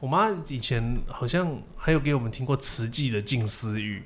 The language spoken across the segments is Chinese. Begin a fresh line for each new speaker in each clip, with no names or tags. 我妈以前好像还有给我们听过慈济的静思语，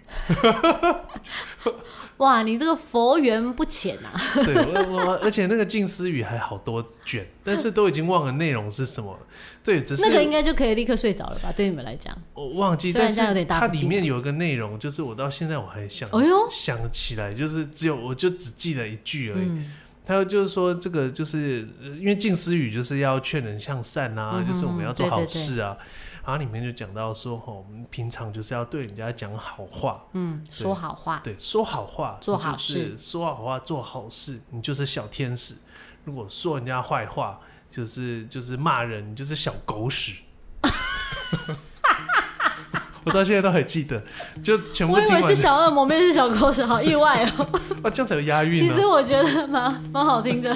哇，你这个佛缘不浅啊！
对，我我而且那个静思语还好多卷，但是都已经忘了内容是什么了。对，只是
那个应该就可以立刻睡着了吧？对你们来讲，
我忘记，
虽然
但是
这样有点搭不
它里
进
面
来
有一个内容，就是我到现在我还想，
哎呦
想起来，就是只有我就只记了一句而已。
嗯，
他就是说，这个就是、呃因为近思语就是要劝人向善啊，
嗯哼
就是我们要做
对对
好
对
事啊。然后里面就讲到说，吼，我们平常就是要对人家讲好话，
嗯，说好话，
对，说好话，
做好
就是
事
说好话，做好事，你就是小天使。如果说人家坏话，就是就是骂人，你就是小狗 屎。我到现在都还记得，就全部
我以
听
为
完
是小恶魔，没有是小狗屎，好意外哦。
啊，这样才有押韵
其
呢、
实我觉得蛮蛮好听的。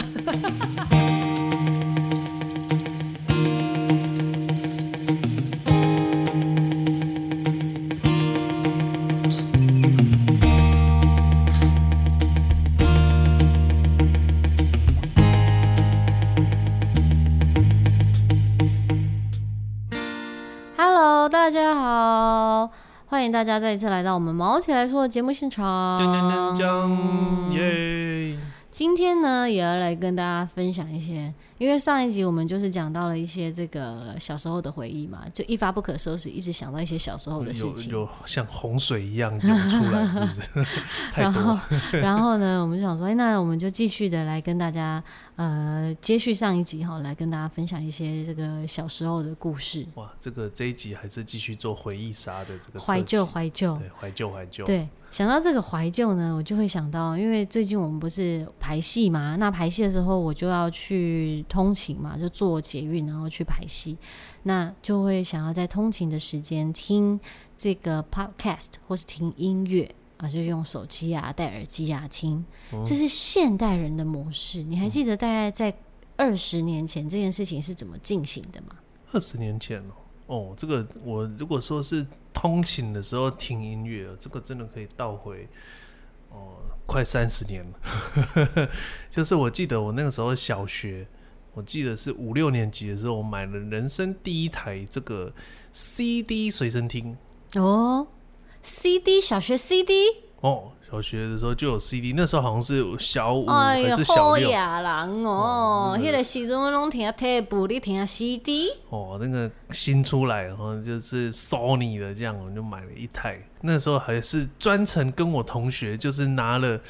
Hello，大家好，欢迎大家再一次来到我们毛起来说的节目现场。
锵锵锵
嗯
锵，耶！
今天呢，也要来跟大家分享一些，因为上一集我们就是讲到了一些这个小时候的回忆嘛，就一发不可收拾，一直想到一些小时候的事
有
情。
有像洪水一样涌出来，是不是？太
然
多
后
了。，
然后呢，我们就想说，哎，那我们就继续的来跟大家，呃，接续上一集哈，来跟大家分享一些这个小时候的故事，
哇，这个这一集还是继续做回忆杀的这个
怀旧，
特
怀旧
辑，。对，怀旧，怀旧。
对，想到这个怀旧呢，我就会想到，因为最近我们不是排戏嘛，那排戏的时候我就要去通勤嘛，就坐捷运然后去排戏，那就会想要在通勤的时间听这个 podcast 或是听音乐。啊，就用手机啊，戴耳机啊听，
哦
这是现代人的模式。你还记得大概在二十年前这件事情是怎么进行的吗？
二十年前哦，哦，这个我如果说是通勤的时候听音乐，这个真的可以倒回哦，快三十年了。 就是我记得我那个时候小学，我记得是五六年级的时候，我买了人生第一台这个 CD 随身听。
哦，CD 小学 CD，
哦，小学的时候就有 CD，那时候好像是小五
哎
嗯还
呀
是，小
好
六、
野人
哦
哦！
那
迄
个
个时阵我拢听 tape，你听 CD。
哦，那个新出来，然后就是 Sony 的，这样我就买了一台。那时候还是专程跟我同学，就是拿了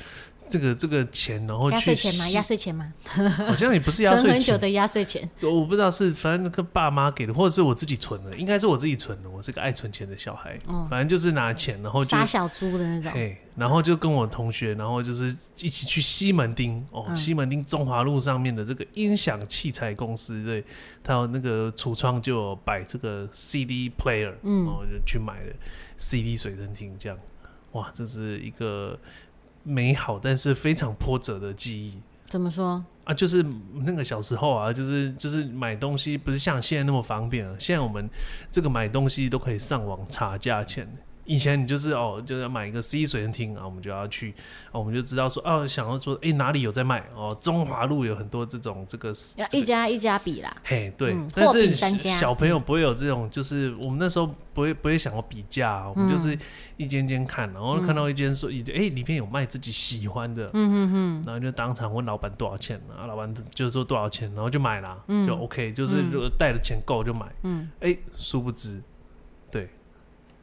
这个这个钱，然后
压
哦去
岁钱吗？
吸
压岁钱吗？
好像也不是压
存
岁
很久
钱，
的压岁钱。
我不知道是反正那个爸妈给的，或者是我自己存的，应该是我自己存的。我是个爱存钱的小孩，
哦
反正就是拿钱，然后哦就
杀小猪的那种。
嘿，然后就跟我同学，然后就是一起去西门町哦，
嗯
西门町中华路上面的这个音响器材公司，对，它有那个橱窗就有摆这个 CD player，
嗯
然后就去买了 CD 随身听，这样，哇，这是一个美好但是非常波折的记忆。
怎么说？
啊，就是那个小时候啊，就是就是买东西不是像现在那么方便了、啊现在我们这个买东西都可以上网查价钱。以前你就是哦，就是要买一个 C 水身听啊，我们就要去，哦，我们就知道说哦，想要说诶哪里有在卖哦，中华路有很多这种这个
要
这
一
个
家一家比啦。
嘿，对，
嗯
但
货
是
比三家
小朋友不会有这种，就是我们那时候不会不会想要比价啊、我们
嗯
就是一间间看，然后看到一间说，哎、里面有卖自己喜欢的，嗯嗯嗯，然后就当场问老板多少钱，然后老板就说多少钱，然后就买啦，就 OK，就是如果带的钱够就买，
嗯，
哎、殊不知，对，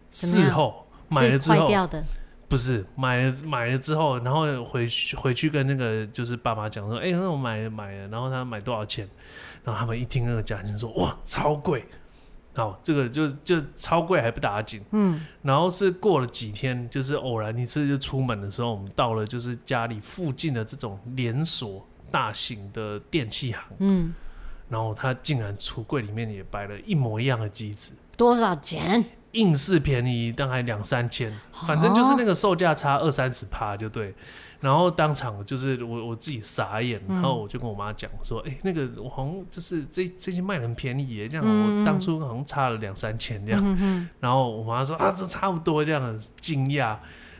怎么样
事后买了
是
之
坏
后，
掉的。
不是买了买了之后，然后回去回去跟那个就是爸妈讲说，哎、那我买了买了，然后他买多少钱？然后他们一听那个价钱说，哇，超贵。好，这个就就超贵还不打紧，
嗯，
然后是过了几天，就是偶然一次就出门的时候，我们到了就是家里附近的这种连锁大型的电器行，
嗯，
然后他竟然橱柜里面也摆了一模一样的机子，
多少钱？
硬是便宜，大概两三千，反正就是那个售价差
哦
二三十趴就对。然后当场就是我我自己傻眼，
嗯
然后我就跟我妈讲说，哎、那个我好像就是这这些卖得很便宜耶，这样
嗯
我当初好像差了两三千这样。然后我妈说啊，这差不多这样的惊讶。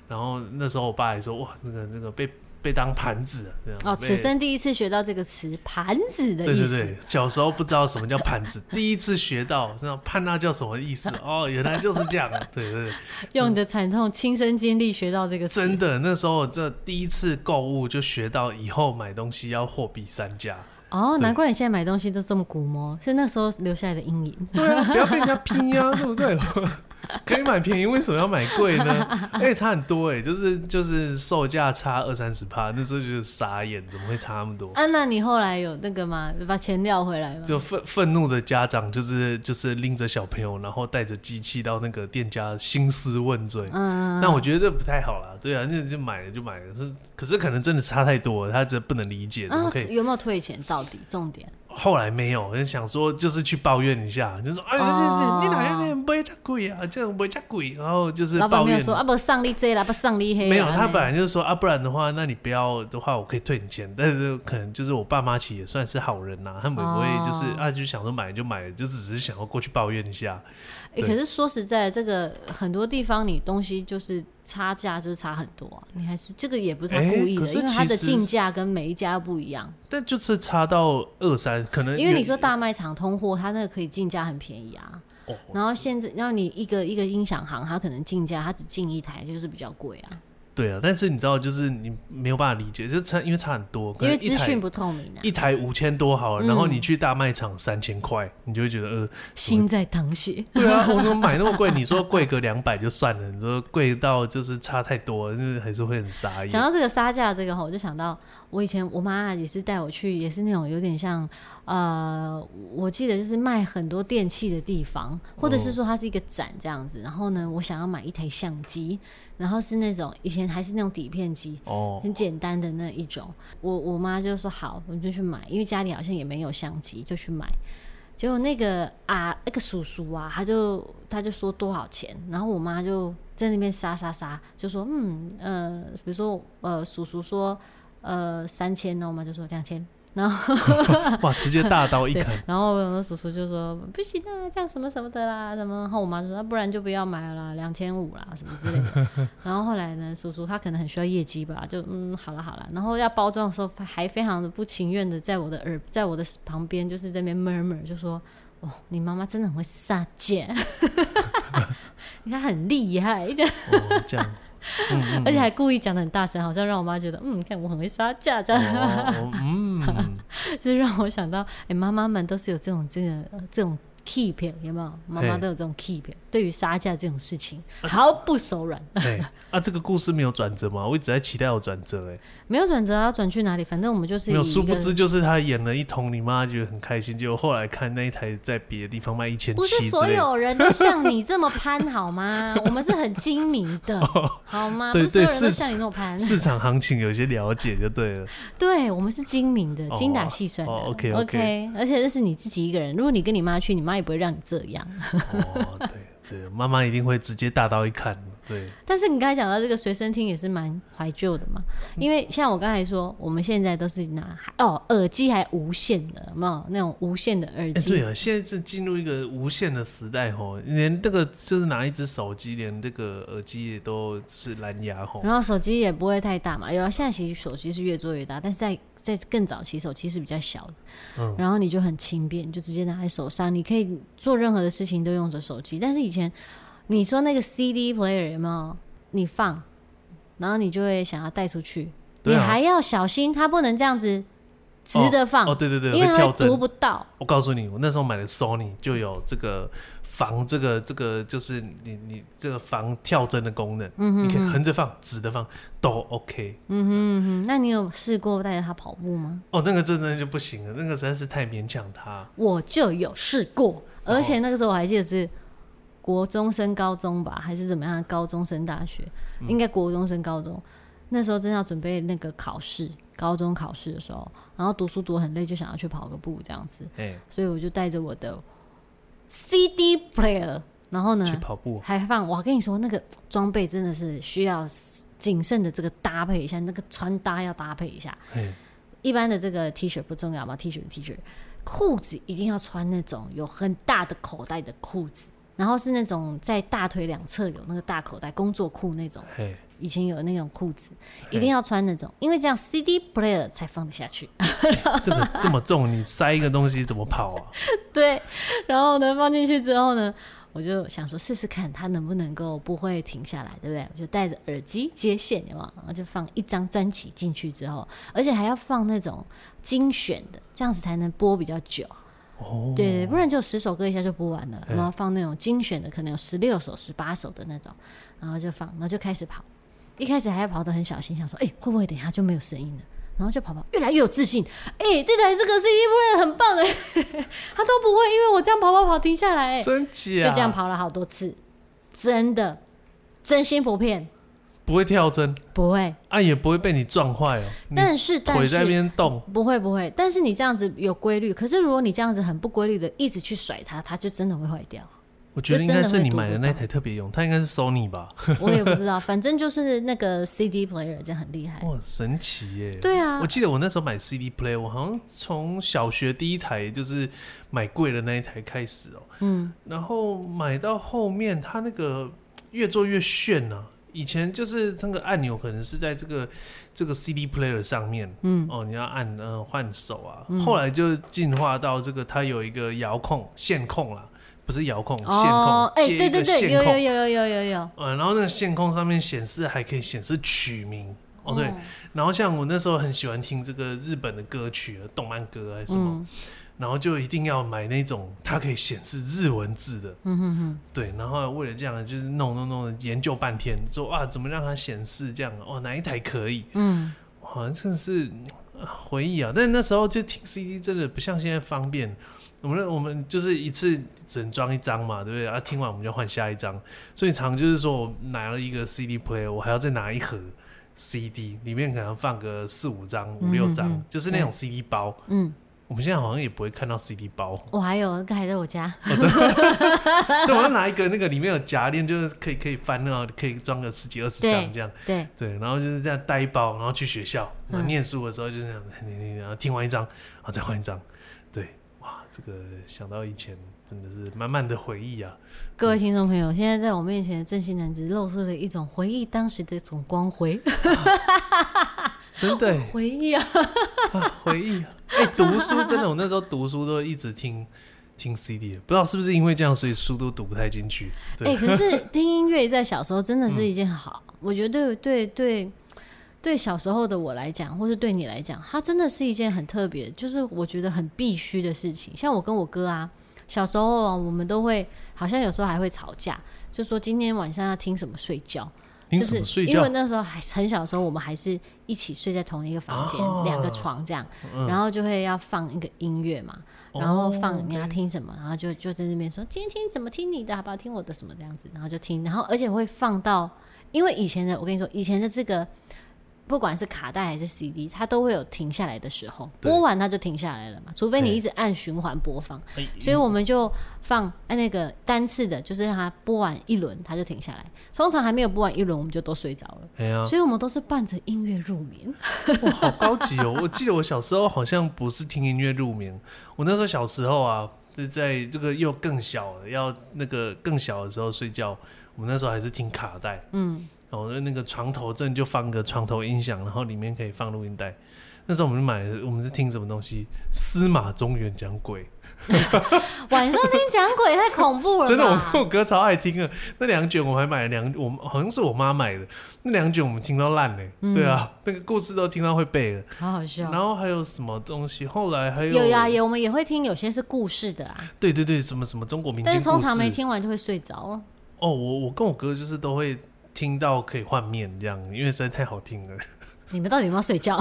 然后那时候我爸也说，哇，这个这个被被当盘子了这样。
哦，
被
此生第一次学到这个词“盘子”的
对
意
对
思。
对，小时候不知道什么叫盘子， 第一次学到，知道潘娜叫什么意思？哦，原来就是这样啊！对对对，
用你的惨痛亲身经历学到这个词
真，的，那时候我这第一次购物就学到以后买东西要货比三家，
哦，
对
难怪你现在买东西都这么古摸，是那时候留下来的阴影。
对啊，不要被人家拼呀、对不对？ 可以买便宜，为什么要买贵呢？ 哎、差很多哎、就是就是售价差二三十趴，那时候就是傻眼，怎么会差那么多？
啊，那你后来有那个吗？把钱要回来吗？
就愤愤怒的家长，就是就是拎着小朋友，然后带着机器到那个店家兴师问罪。
嗯，
那我觉得这不太好啦，对啊，那就买了就买了，是可是可能真的差太多了，他这不能理解，怎么
啊
可以，
有没有退钱？到底重点
后来没有，就想说就是去抱怨一下，就说哎，你
哦
你你哪样你不会加贵啊，这样不会加贵，然后就是
老板
抱
没有
怨。
说哎啊，不上力这啦，不上力黑啦。啊
没有，他
那
本来就是说啊，不然的话，那你不要的话，我可以退你钱。但是可能就是我爸妈其实也算是好人呐、他们不会就是、
哦
啊，就想说买就买，就只是想要过去抱怨一下。
欸
对
可是说实在的，这个很多地方你东西就是差价就是差很多、啊，你还是这个也不是他
欸
故意的，
可是
因为他
其
的
实
进价跟每一家不一样。
但就是差到二三，可能
因
呃
为
原
你说大卖场通货，它那个可以进价很便宜啊。
哦，
然后现在，然后你一个一个音响行，它可能进价它只进一台，就是比较贵啊，
对啊，但是你知道，就是你没有办法理解，就差因为差很多，可
因
能
为
一
资
台
讯不透明啊。
一台五千多好了，然后
嗯
你去大卖场三千块，你就会觉得呃，
心在淌血，
对啊，我怎么买那么贵？你说贵个两百就算了，你说贵到就是差太多了，就是还是会很傻
想
眼。
到这个杀价这个吼，我就想到我以前我妈也是带我去，也是那种有点像呃，我记得就是卖很多电器的地方，或者是说它是一个展这样子。然后呢，我想要买一台相机，然后是那种以前还是那种底片机。
哦，
很简单的那一种，我我妈就说好，我们就去买，因为家里好像也没有相机，就去买。结果那个啊，那个叔叔啊，他就他就说多少钱，然后我妈就在那边杀杀杀，就说嗯呃，比如说呃，叔叔说呃三千，然后我妈就说两千，然后
哇，直接大刀一
对
砍，，
然后我叔叔就说不行啊，这样什么什么的啦，什么，然后我妈就说、啊不然就不要买了啦，两千五啦，什么之类的。 然后后来呢，叔叔他可能很需要业绩吧，就嗯好了好了，然后要包装的时候还非常的不情愿的在我的耳，在我的旁边就是这边 murmur 就说。哦，你妈妈真的很会撒贱， 你看很厉害，这样，
哦，这样，嗯嗯
而且还故意讲的很大声，好像让我妈觉得，嗯，看我很会撒价，这样。
哦，嗯，
就是让我想到，哎、妈妈们都是有这种这个呃这种 keep 有没有？妈妈
嘿啊
都有这种 keep，对于杀价这种事情毫不手软，
哎，啊，这个故事没有转折吗？我一直在期待有转折，哎，
没有转折啊，转去哪里？反正我们就是
没
以
有，
一
殊不
个
知就是他演了一通，你妈觉得很开心，结果后来看那一台在别的地方卖一千
不
七
是
之
所
类 的。
有人都像你这么攀 好吗？我们是很精明的，好吗？
哦对
不是
对
所有人都
是
像你这么攀，
市场行情有些了解就对了，
对我们是精明的，
哦
精打细算的。
哦，OK，OK
OK，而且这是你自己一个人，如果你跟你妈去，你妈也不会让你这样。
哦，对对，妈妈一定会直接大刀一砍，对，
但是你刚才讲到这个随身听也是蛮怀旧的嘛，
嗯
因为像我刚才说，我们现在都是拿哦耳机还无线的，有没有那种无线的耳
哎、
机？
对啊，现在是进入一个无线的时代吼，连这个就是拿一只手机，连这个耳机也都是蓝牙吼。
然后手机也不会太大嘛，有了现在其实手机是越做越大，但是在在更早期手机是比较小的，
嗯
然后你就很轻便，就直接拿在手上，你可以做任何的事情都用着手机。但是以前你说那个 CD player 有没有？你放，然后你就会想要带出去，
对
你
啊
还要小心，它不能这样子直的放。
哦，对对对，
因为
会
它
跳
会读
帧。
不到。
我告诉你，我那时候买的 Sony 就有这个防这个这个，就是你你这个防跳帧的功能，
嗯
你可以横着放、直的放都 OK。
嗯哼嗯哼，那你有试过带着它跑步吗？
哦，那个真的就不行了，那个实在是太勉强它。
我就有试过，
哦
而且那个时候我还记得是国中升高中吧，还是怎么样？高中升大学，
嗯
应该国中升高中。那时候正要准备那个考试，高中考试的时候，然后读书读得很累，就想要去跑个步这样子，
哎、
所以我就带着我的 CD player，然后呢
去跑步啊
还放，我跟你说，那个装备真的是需要谨慎的这个搭配一下，那个穿搭要搭配一下。
嘿
一般的这个 T 恤不重要嘛，T 恤 T 恤，裤子一定要穿那种有很大的口袋的裤子，然后是那种在大腿两侧有那个大口袋工作裤那种，
嘿，
以前有那种裤子，一
嘿
定要穿那种，因为这样 CD player 才放得下去。
这个这么重，你塞一个东西怎么跑啊？
对，然后呢放进去之后呢，我就想说试试看它能不能够不会停下来，对不对？我就戴着耳机接线，有没有？然后就放一张专辑进去之后，而且还要放那种精选的，这样子才能播比较久。
哦，
对对，不然只有十首歌一下就播完了，
嗯
然后放那种精选的，可能有十六首、十八首的那种，然后就放，然后就开始跑。一开始还跑得很小心，想说，哎、会不会等一下就没有声音了？然后就跑跑，越来越有自信。哎、这台这个 CD 不能很棒哎、 他都不会因为我这样跑跑跑停下 来哎、
真假？
就这样，跑了好多次，真的，真心不骗，
不会跳针，
不会。
啊，也不会被你撞坏哦。你
但是但
腿在那
是
边动，
不会不会，但是你这样子有规律，可是如果你这样子很不规律的一直去甩它，它就真的会坏掉。
我觉得
就
应
真的
该是
会
你
读
买
不
的那
懂
台特别用，它应该是 Sony 吧？
我也不知道，反正就是那个 CD player 真的很厉害。
哇，神奇耶！
对啊
嗯我，记得我那时候买 CD player，我好像从小学第一台就是买贵的那一台开始哦、
嗯，
然后买到后面，它那个越做越炫啊。以前就是那个按钮可能是在这个这个 CD player 上面，嗯，哦，你要按呃换手啊。
嗯
后来就进化到这个，它有一个遥控线控啦，不是遥控线控，
哦，哎、
接一
对
个
对对，
线
有
控
有有有有有有，
呃，然后那个线控上面显示还可以显示曲名哦，对。然后像我那时候很喜欢听这个日本的歌曲、啊，动漫歌啊还是什么，
嗯
然后就一定要买那种它可以显示日文字的，
嗯哼哼，
对。然后为了这样，就是弄弄弄研究半天，说啊怎么让它显示这样啊，哦哪一台可以，
嗯，
好像真的是啊回忆啊。但那时候就听 CD 真的不像现在方便。我们我们就是一次只能装一张嘛，对不对？啊，听完我们就换下一张，所以常就是说我拿了一个 CD player，我还要再拿一盒 CD，里面可能放个四五张、五六张，
嗯嗯嗯
就是那种 CD 包。
嗯，
我们现在好像也不会看到 CD 包，
我还有那个还在我家，
对，我要拿一个那个里面有夹链，就是可以可以翻啊，可以装个十几二十张这样。
对，
对，然后就是这样带一包，然后去学校，然后
嗯
念书的时候就是这样，你你然后听完一张，然后再换一张，对，哇，这个想到以前真的是满满的回忆啊，
各位听众朋友，现在在我面前的正兴男子露出了一种回忆当时的一种光辉，
真的、
回忆啊，
啊、回忆啊，哎、读书真的，我那时候读书都一直听听 CD，的不知道是不是因为这样，所以书都读不太进去，对，
哎、可是听音乐在小时候真的是一件好，我觉得对对对对小时候的我来讲，或是对你来讲，它真的是一件很特别，就是我觉得很必须的事情。像我跟我哥啊，小时候啊，我们都会好像有时候还会吵架，就说今天晚上要听什么睡觉，
听
就
什么
是
睡
因为
觉？
那时候还很小的时候，我们还是一起睡在同一个房间，
啊
两、个床这样，
嗯
然后就会要放一个音乐嘛，
哦
然后放你要
OK
听什么，然后就就在那边说今天听怎么听你的，好不啊好听我的什么这样子，然后就听，然后而且会放到，因为以前的我跟你说，以前的这个不管是卡带还是 CD，它都会有停下来的时候，
对
播完它就停下来了嘛，除非你
对
一直按循环播放，
哎
所以我们就放按那个单次的，就是让它播完一轮它就停下来，通常还没有播完一轮我们就都睡着了。
哎呀，
所以我们都是伴着音乐入眠，
哇，好高级哦！我记得我小时候好像不是听音乐入眠，我那时候小时候啊，就在这个又更小了，要那个更小的时候睡觉，我们那时候还是听卡带，
嗯，
然后那个床头正就放个床头音响，然后里面可以放录音带。那时候我们买的，我们是听什么东西？司马中原讲鬼，
晚上听讲鬼太恐怖了 吧，
真的，我跟我哥超爱听的。那两卷我还买了两，我们好像是我妈买的，那两卷我们听到烂嘞、对啊，那个故事都听到会背了。
好好笑。
然后还有什么东西？后来还
有呀，有我们也会听，有些是故事的啊，
对对对，什么什么中国民
但
间
是
故事。
通常没听完就会睡着。
哦，我我跟我哥就是都会听到可以换面这样，因为实在太好听了。
你们到底有没有睡觉？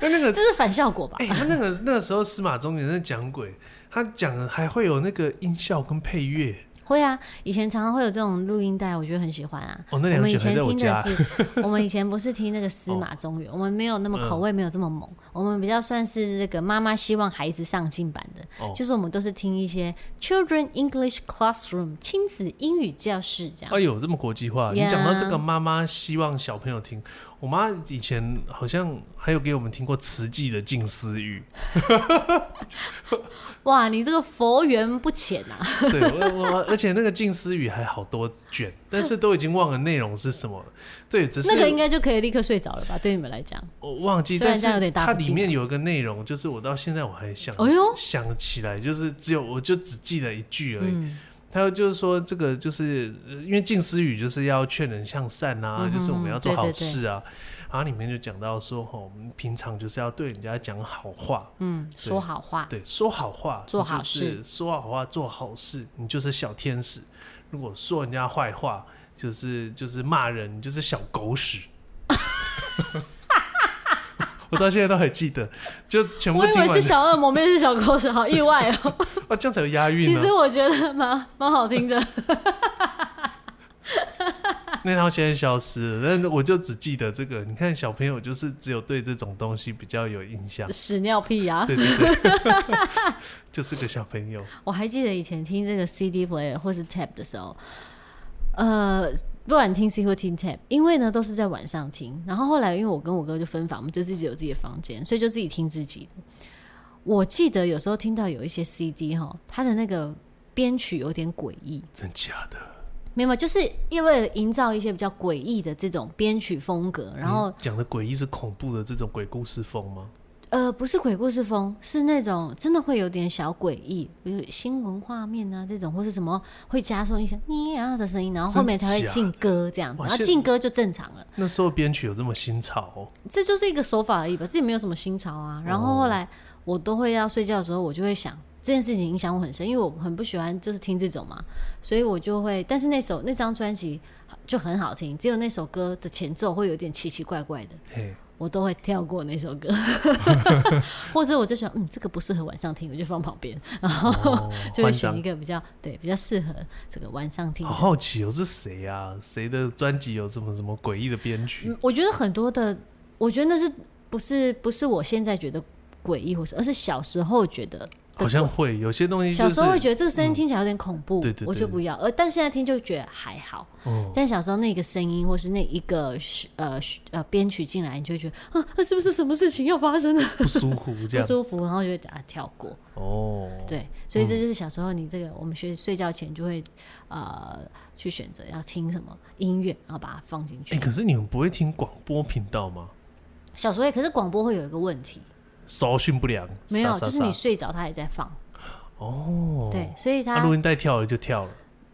那那个
这是反效果吧？
哎、他那个那个时候司马中原在讲鬼，他讲的还会有那个音效跟配乐。
会啊，以前常常会有这种录音带，我觉得很喜欢啊。
哦，那
我
两
们以
卷还
前
在我
听的
家。哦
是， 我们以前不是听那个司马
嗯
中原，我们没有那么口味，没有这么猛，我们比较算是这个妈妈希望孩子上进版的。
哦
就是我们都是听一些 Children English Classroom 亲子英语教室这样。
哎呦，这么国际化！你讲到这
Yeah
个，妈妈希望小朋友听。我妈以前好像还有给我们听过慈济的静思语。
哇，你这个佛缘不浅啊！
对，我我而且那个静思语还好多卷，但是都已经忘了内容是什么了。对，只是
那个应该就可以立刻睡着了吧？对你们来讲，
我忘记，
虽然
但
这样有
是
点搭
它
不
里
进
面
来
有一个内容，就是我到现在我还想，
哎呦
想起来，就是只有我就只记了一句而已。
嗯，
他就是说，这个就是呃因为近思语就是要劝人向善啊，
嗯哼
就是我们要做
对对
好
对
事啊。然后里面就讲到说，吼，我们平常就是要对人家讲好话，
嗯，说好话，
对，说好话，
做好事，
说好话，做好事，你就是小天使。如果说人家坏话，就是就是骂人，你就是小狗屎。 我到现在都还记得，就全部
我以
听
为
完
是小恶魔，没有是小狗屎，好意外 哦。
啊，这样才有押韵
其
呢、
实我觉得蛮蛮好听的。，
那套现在消失了，但是我就只记得这个。你看小朋友就是只有对这种东西比较有印象
屎尿屁啊呀、
对对对， 就是个小朋友。
我还记得以前听这个 CD player 或是 Tab 的时候，呃，不管听 CD 或听 Tab，因为呢都是在晚上听。然后后来因为我跟我哥就分房，我们就自己有自己的房间，所以就自己听自己的。我记得有时候听到有一些 CD 哈，它的那个编曲有点诡异，
真假的？
明白吗？就是因为营造一些比较诡异的这种编曲风格，然后
你讲的诡异是恐怖的这种鬼故事风吗？
呃，不是鬼故事风，是那种真的会有点小诡异，比如新闻画面啊这种，或是什么会加上一些咩啊的声音，然后后面才会
真假
进歌这样子，
哇
然后
现
进歌就正常了。
那时候编曲有这么新潮、哦？
这就是一个手法而已吧，这也没有什么新潮啊。然后后来我都会要睡觉的时候，我就会想这件事情影响我很深，因为我很不喜欢就是听这种嘛，所以我就会。但是那首那张专辑就很好听，只有那首歌的前奏会有点奇奇怪怪的，
嘿，
我都会跳过那 首歌，或者我就想，嗯，这个不适合晚上听，我就放旁边，然后哦就会
换
选
哦张
一个比较对比较适合这个晚上听
好
的。
好奇哦，是谁啊？谁的专辑有什么什么诡异的编曲？
嗯，我觉得很多的，我觉得那是不是不是我现在觉得诡异，或是而是小时候觉得
好像会有些东西、就
小
是，嗯
时候会觉得这个声音听起来有点恐怖，
对对对
我就不要。而但现在听就觉得还好，
嗯
但小时候那个声音或是那一个呃呃编曲进来，你就会觉得啊，那是不是什么事情要发生了？
不舒服这
不
样。
舒服，然后就会把它跳过。
哦，
对，所以这就是小时候你这个我们学睡觉前就会呃去选择要听什么音乐，然后把它放进
哎、
去。
可是你们不会听广播频道吗？
小时候也，可是广播会有一个问题，
搜讯不良，
没有，
啥啥
就是你
啥
睡着它也在放，
哦，
对，所以
啊，
它
录音带跳了就跳了，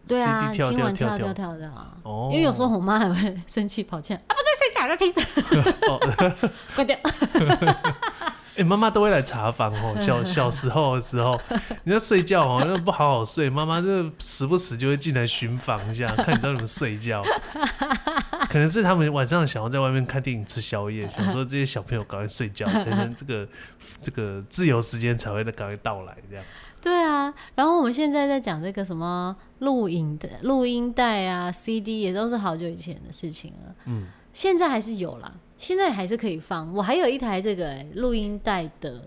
对啊，
CD 跳
听
跳
完跳
跳
跳
跳，
跳跳啊。
哦，
因为有时候我妈还会 生气跑进来啊，不对，睡觉 就听，
哦
关掉。
哎，妈妈都会来查房 哦，小小时候的时候，你在睡觉哦，那不好好睡，妈妈就时不时就会进来巡访一下， 看你到底有没有睡觉。可能是他们晚上想要在外面看电影、吃宵夜，想说这些小朋友赶快睡觉，才能 这个这个自由时间才会赶快到来这样。
对啊，然后我们现在在讲这个什么录影的录音带啊、CD 也都是好久以前的事情了。
嗯，
现在还是有啦，现在还是可以放。我还有一台这个欸录、音带的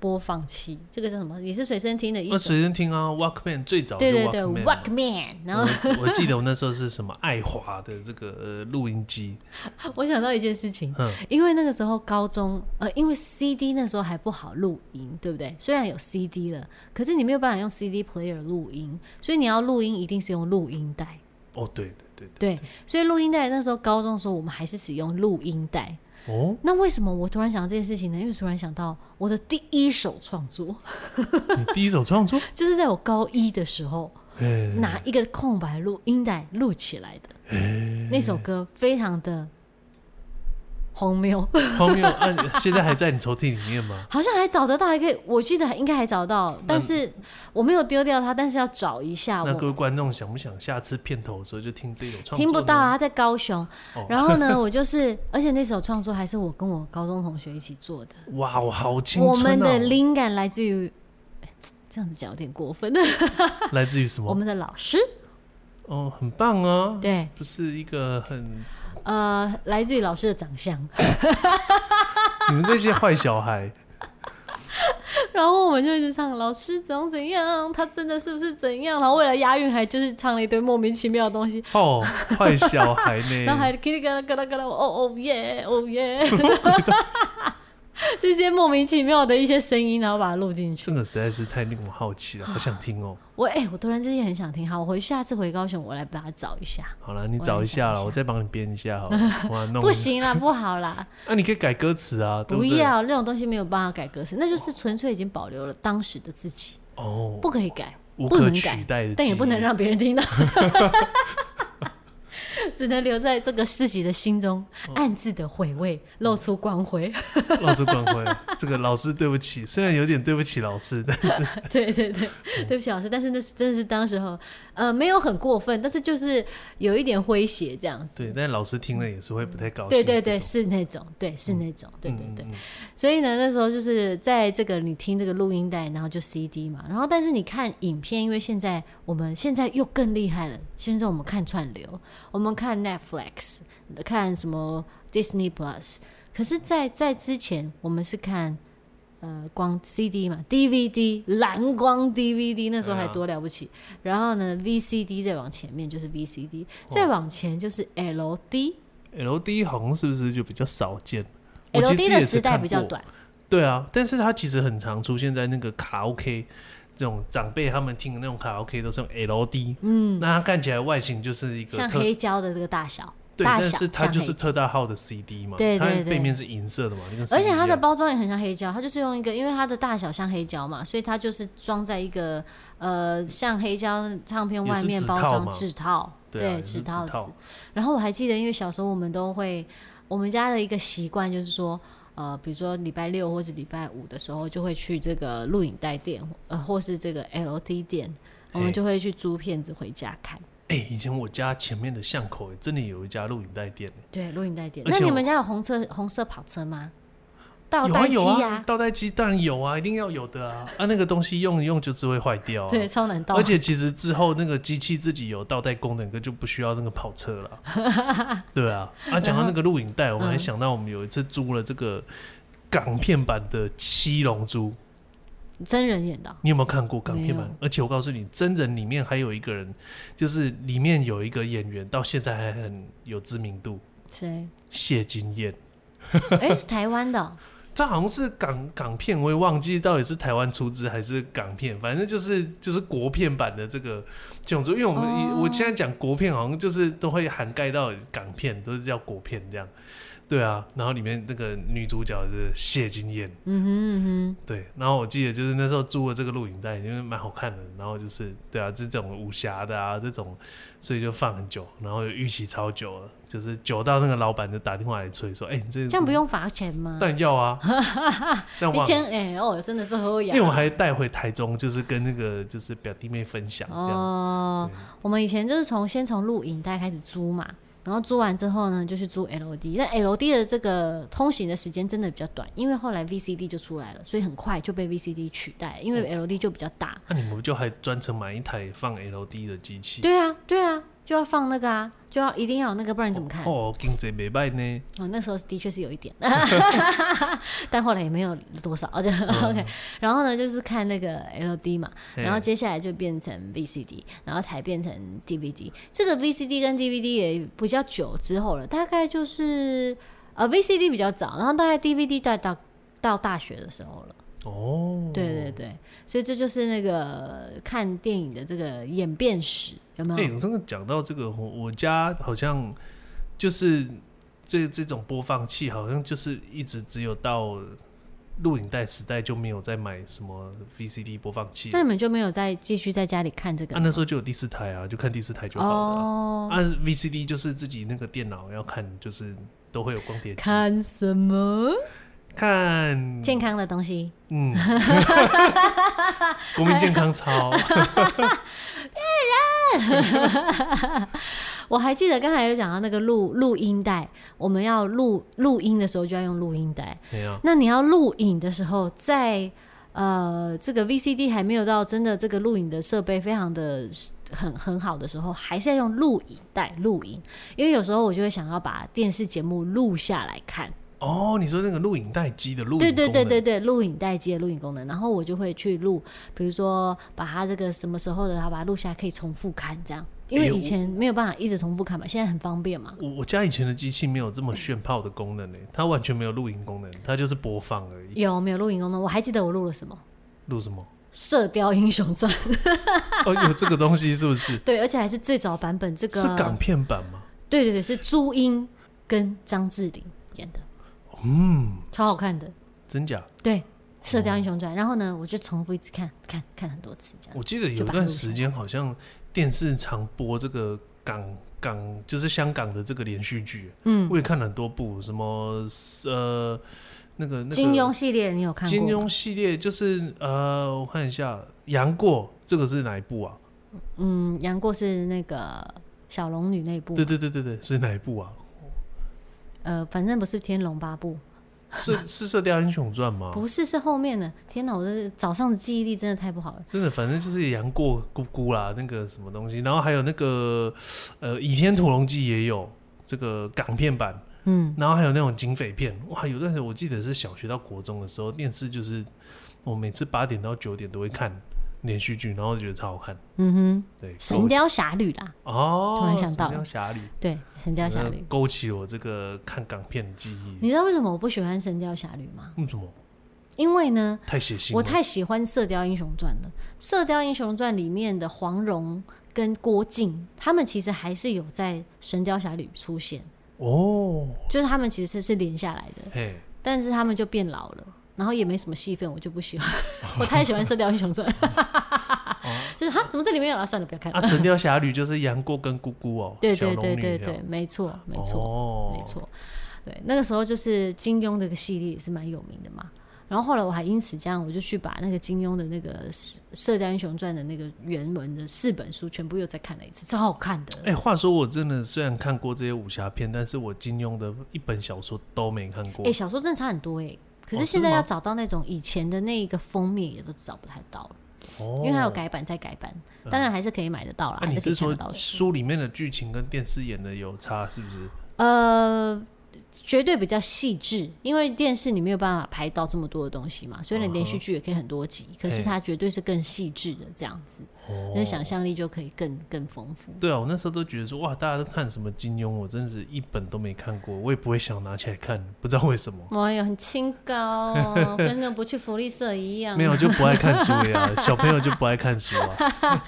播放器，这个叫什么？也是随身听的一
那
种。
随身听啊，Walkman 最早就
对对对
Walkman 啊。
，Walkman。然啊后
我我记得我那时候是什么爱华的这个呃录音机，
我想到一件事情，
嗯
因为那个时候高中，呃，因为 CD 那时候还不好录音，对不对？虽然有 CD 了，可是你没有办法用 CD player 录音，所以你要录音一定是用录音带。
哦，对对对
对，所以录音带那时候高中的时候，我们还是使用录音带。
对，哦，
那为什么我突然想到这件事情呢？因为突然想到我的第一首创作，
你第一首创 作，
就是在我高一的时候
哎，
拿一个空白录音带录起来的。
哎
那首歌非常的荒谬，
荒谬，啊，现在还在你抽屉里面吗？
好像还找得到，还可以，我记得还应该还找得到，但是我没有丢掉它，但是要找一下
那各
啊我。
位观众想不想下次片头的时候就听这首创作？
听不到啊，，它在高雄
哦。
然 后呢，我就是，而且那首创作还是我跟我高中同学一起做的。
哇，我好青
我们
春
的
啊！
灵感来自于，哎这样子讲有点过分。
来自于什
我
么？
们的老师，
哦，很棒啊，
对，
不是一个很，
呃，来自于老师的长相，
你们这些坏小孩，
然后我们就一直唱老师怎样怎样，他真的是不是怎样？然后为了押韵，还就是唱了一堆莫名其妙的东西，
哦，坏小孩 呢？
然后还叽里嘎啦嘎啦嘎啦，哦哦耶哦耶， 这些莫名其妙的一些声音，然后把它录进去
这。个实在是太令我好奇
啊
了，好想听哦。
我哎、我突然之间很想听，好，我回去下次回高雄，我来把它找一下。
好了，你找一下了，
我来想一下
我再帮你编一下 好了。哇，弄
不，行啦，不好啦，
那你可以改歌词啊，对
不
对？
要那种东西没有办法改歌词，那就是纯粹已经保留了当时的自己，
哦，
不可以改。
无
不
可
能
取
改
代的，
但也不能。让别人 听到， 只能留在这个自己的心中，
哦
暗自的回味，露出光辉。
老师关怀这个老师，对不起，虽然有点对不起老 师，但
对对对， 对不起老师，但是那是真的是当时候，呃，没有很过分，但是就是有一点诙谐这样子。
对，但老师听了也是会不太高兴。
嗯对对对，
这种，
是那种，对是那种，对对
嗯
对。
嗯嗯
所以呢，那时候就是在这个你听这个录音带，然后就 CD 嘛，然后但是你看影片，因为现在我们现在又更厉害了，现在我们看串流，我们看 Netflix，看什么 Disney Plus，可是在，在之前我们是看。呃，光 CD 嘛，DVD 蓝光 DVD 那时候还
对啊
多了不起，然后呢，VCD 再往前面就是 VCD，再往前就是 LD，LD、
L D 红是不是就比较少见？我其实
LD
也
的
是
时代
看
比较
过
短，
对啊，但是它其实很常出现在那个卡拉 OK 这种长辈他们听的那种卡拉 OK 都是用 L D，嗯，那它看起来外形就是一个
像
特
黑胶的这个大小，
对，
大
但
小
是它
像
就是
黑
特大号的 CD 嘛，
对对
它
对
背面是银色的嘛，就跟 CD
而且它的
一样
包装也很像黑胶，它就是用一个，因为它的大小像黑胶嘛，所以它就是装在一个呃像黑胶唱片外
也
面
是纸套
包
嘛
装纸套，
对啊也是
纸套
纸套
子。然后我还记得，因为小时候我们都会，我们家的一个习惯就是说。呃，比如说礼拜六或是礼拜五的时候，就会去这个录影带店，呃，或是这个 LD 店，我们
嘿
就会去租片子回家看。
哎、以前我家前面的巷口真的有一家录影带店，
对，录影带店。
而
那
且
你
我
们家有红色红色跑车吗？倒
有啊
带机
有
呀、
倒带机当然有啊，一定要有的啊，啊那个东西用一用就是会坏掉啊。
对，超难倒。
而且其实之后那个机器自己有倒带功能，就不需要那个跑车了。 对啊，啊，讲到那个录影带，我们还
嗯
想到我们有一次租了这个港片版的《七龙珠》，
真人演的哦、
你有没有看过港片版
没有？
而且我告诉你，真人里面还有一个人，就是里面有一个演员到现在还很有知名度，
谁？
谢金燕。
哎、是台湾的哦、
这好像是港港片，我也忘记到底是台湾出资还是港片，反正就是就是国片版的这个《七龙珠》，因为我们、
哦
我现在讲国片，好像就是都会涵盖到港片，都是叫国片这样。对啊，然后里面那个女主角是谢金燕，
嗯哼嗯
对，然后我记得就是那时候租了这个录影带，因为蛮好看的，然后就是对啊，这种武侠的啊，这种，所以就放很久，然后预期超久了，就是久到那个老板就打电话来催说，哎、你这
哼，这样不用罚钱吗？
但要 啊，但忘
一
了
千。哎哦，真的是喝
因
牙
为。我还带回台中，就是跟那个就是表弟妹分享这样。
哦，我们以前就是从先从录影带开始租嘛，然后租完之后呢，就去租 LD。但 LD 的这个通行的时间真的比较短，因为后来 VCD 就出来了，所以很快就被 VCD 取代，因
哦
为 LD 就比较大。
那、啊你们不就还专程买一台放 LD 的机器？
对啊，对啊，就要放那个啊，就要一定要有那个，不然你怎么看？
哦，经济没败呢。
哦，那时候的确是有一点， 但后来也没有多少，就 OK。然后呢，就是看那个 LD 嘛，
嗯嘿
然后接下来就变成 VCD，然后才变成 DVD。这个 VCD 跟 DVD 也比较久之后了，大概就是呃 VCD 比较早，然后大概 DVD 到到到大学的时候了。
哦，
对对对，所以这就是那个看电影的这个演变史，有没
哎、
有？
我真的讲到这个，我我家好像就是这这种播放器，好像就是一直只有到录影带时代就没有再买什么 VCD 播放器。
那你们就没有再继续在家里看这个
啊，那时候就有第四台啊，就看第四台就好了啊、
哦？
啊，VCD 就是自己那个电脑要看，就是都会有光碟机
看什
嗯
么？
看，
健康的东西。
嗯，国民健康操，
我还记得刚才有讲到那个录录音带，我们要录录音的时候就要用录音带。
没有，
那你要录影的时候，在呃这个 VCD 还没有到真的这个录影的设备非常的很很好的时候，还是要用录影带录影，因为有时候我就会想要把电视节目录下来看。
哦，你说那个录影带机的录影
对对对
功能
对对，录影带机的录影功能，然后我就会去录，比如说把它这个什么时候的，它把它录下来，可以重复看这样，因
哎
为
我
以前没有办法一直重复看嘛，现在很方便嘛。
我我家以前的机器没有这么炫炮的功能呢，欸它完全没有录影功能，它就是播放而已。
有没有录影功能？我还记得我录了什么
录什 么？
《射雕英雄传》，
哦，有这个东西是不是？
对，而且还是最早版本，这个
是港片版吗？
对对对，是朱茵跟张智霖演的，
嗯，
超好看的。
真假？
对，《射雕英雄传》然后呢，我就重复一直看，看看很多次这样。
我记得有
就
一
把它
段
录下
时
来
间好像电视常播这个港港，就是香港的这个连续剧，
嗯，
我也看了很多部，什么呃那个那个
金庸系列你有看过
金
吗？
庸系列，就是呃我看一下杨过这个是哪一部啊？
嗯，杨过是那个小龙女那一部嘛，
对对对对对，是哪一部啊？
呃，反正不是《天龙八部
是是《射雕英雄传》》，吗？
不是，是后面的。天哪，我这早上的记忆力真的太不好了。
真的，反正就是杨过姑姑啦，那个什么东西，然后还有那个呃《倚天屠龙记》也有这个港片版，
嗯，
然后还有那种警匪片，哇，有段时间我记得是小学到国中的时候，电视就是我每次八点到九点都会看连续剧，然后觉得超好看。
嗯哼，
对，
《神雕侠侣》啦，
勾哦，
突然想到
神雕侠侣》
对，《神雕侠
呃
侣》
勾起我这个看港片的记忆。
你知道为什么我不喜欢《神雕侠侣》吗？
为什么
因为呢，
太血腥了？
我太喜欢《射雕英雄传》了，《射雕英雄传》里面的黄蓉跟郭靖，他们其实还是有在《神雕侠侣》出现，
哦，
就是他们其实是连下来的。
嘿，
但是他们就变老了，然后也没什么戏份，我就不喜欢。 我太喜欢《射雕英雄传》 就是哈，怎么这里面有了？算了，不要看了。
啊，《神雕侠侣》就是杨过跟姑姑哦，
对
小
对
龙
对
女
对
这样
对，，没错没错、
哦
没错。对，那个时候就是金庸的一个系列也是蛮有名的嘛。然后后来我还因此这样，我就去把那个金庸的那个《射雕英雄传》的那个原文的四本书全部又再看了一次，超好看的。
哎、话说我真的虽然看过这些武侠片，但是我金庸的一本小说都没看过。
哎、小说真的差很多哎、可
哦
是
是
现在
吗
要找到那种以前的那一个封面也都找不太到了。
哦嗯
因为它有。改版再改版，当然还是可以买得到啦，
那、
还
你
可以
是
看
说
得到书。
书里面的剧情跟电视演的有差，是不是？
呃，绝对比较细致，因为电视你没有办法拍到这么多的东西嘛，虽然
嗯哼
连续剧也可以很多集，可是它绝对是更细致的这样子，
哦
那、想象力就可以更更丰富。
对啊，我那时候都觉得说，哇，大家都看什么金庸，我真的是一本都没看过，我也不会想拿起来看，不知道为什么，
哎呦，很清高哦，跟那不去福利社一样
没。有就不爱看书呀，小朋友就不爱看书啊。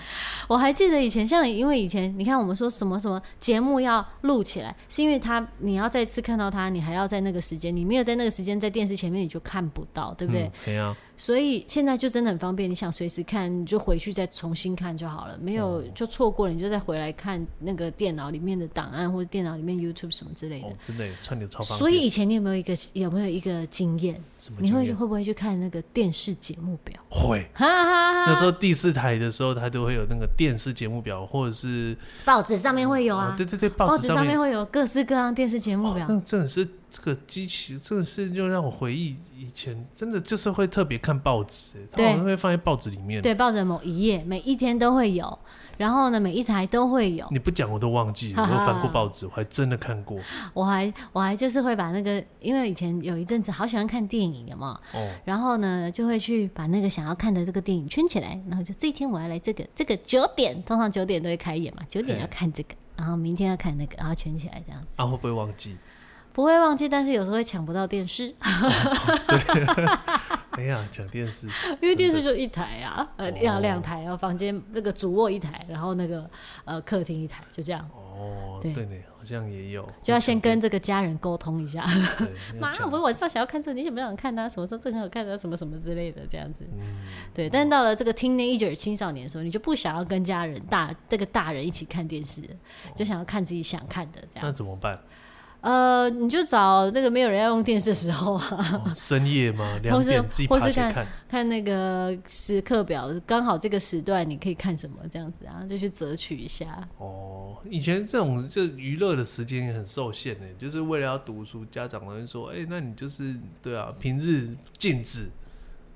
我还记得以前，像因为以前你看我们说什么什么节目要录起来，是因为它你要再次看到它，你还要在那个时间，你没有在那个时间在电视前面你就看不到， 对不对？
嗯，对啊，
所以现在就真的很方便，你想随时看，你就回去再重新看就好了。没有
嗯
就错过了，你就再回来看那个电脑里面的档案或者电脑里面 YouTube 什么之类的。
哦，真的耶串流超方便。
所以以前你有没有一个有没有一个经验？
什么
你
经
会
验
会不会去看那个电视节目表？
会
哈哈哈！
那时候第四台的时候，它都会有那个电视节目表，或者是
报纸上面会有
哦
啊，
对对对，报
报
纸
纸
上
上
面
面会有各式各样电视节目表
哦。那真的是这个机器，真的是又让我回忆以前，真的就是会特别看报纸，它
对
好像会放在报纸里面。
对，报纸的某一页，每一天都会有，然后呢，每一台都会有。
你不讲我都忘记了，
哈哈
我翻过报纸，我还真的看 过
我还我还就是会把那个，因为以前有一阵子好喜欢看电影，有没有？
哦。
然后呢，就会去把那个想要看的这个电影圈起来，然后就这一天我要来这个这个九点，通常九点都会开演嘛，九点要看这个，然后明天要看那个，然后圈起来这样子，
啊，会不会忘记？
不会忘记，但是有时候会抢不到电视，
哎呀，讲电视，
因为电视就一台啊，呃，
哦
要两台，然后房间那个主卧一台，然后那个呃客厅一台，就这样，
哦，
对
对呢，好像也有，
就要先跟这个家人沟通一下，
对要
妈，
讲
我晚上想要看这个，你想不想看啊？什么时候这个很好看啊？什么什么之类的，这样子。
嗯，
对，但到了这个 teenager 青少年的时候，你就不想要跟家人大这个大人一起看电视了，就想要看自己想看的这
哦那
样。
怎么办？
呃，你就找那个没有人要用电视的时候啊，
哦 深夜吗？两
或是
点自己爬
或是
起来
看
看，
看那个时刻表，刚好这个时段你可以看什么这样子啊，就去择取一下。
哦，以前这种就娱乐的时间也很受限呢，就是为了要读书，家长都会说，哎、那你就是对啊，平日禁止，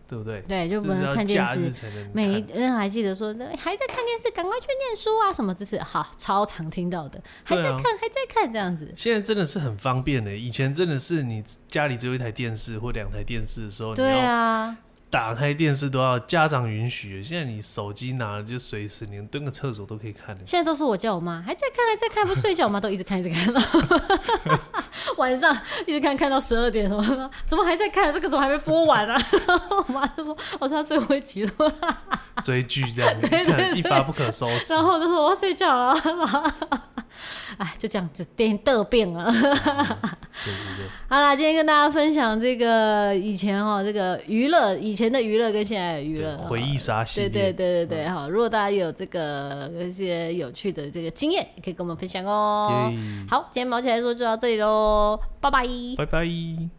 对不对？
对，就不
这是
能
要
看电
假日
视。
才能
每一
看
人还记得说，那还在看电视，赶快去念书啊，什么这是好超常听到的，还
对
在
啊
看，还在看这样子。
现在真的是很方便的，以前真的是你家里只有一台电视或两台电视的时候，
对
哦你要
啊，
打开电视都要家长允许。现在你手机拿了就随时，你蹲个厕所都可以看的。
现在都是我叫我妈，还在看，还在看，不睡觉，我妈都一直看，一直看， 晚上一直看，看到十二点什么的，怎么还在看？这个怎么还没播完啊？ 我妈就说，我说她最后一集了，
追剧这样，你
对对
看
对
一发不可收拾
然。后我就说我要睡觉了， 哎，就这样子颠得病了。
对对对，
好啦，今天跟大家分享这个以前哈、这个娱乐，以前的娱乐跟现在的娱乐
对
哈
回忆杀系
对
列，嗯
对对对对，好，如果大家有这个一些有趣的这个经验，也可以跟我们分享哦。
耶
好，今天毛起来说就到这里喽，拜拜。
拜拜。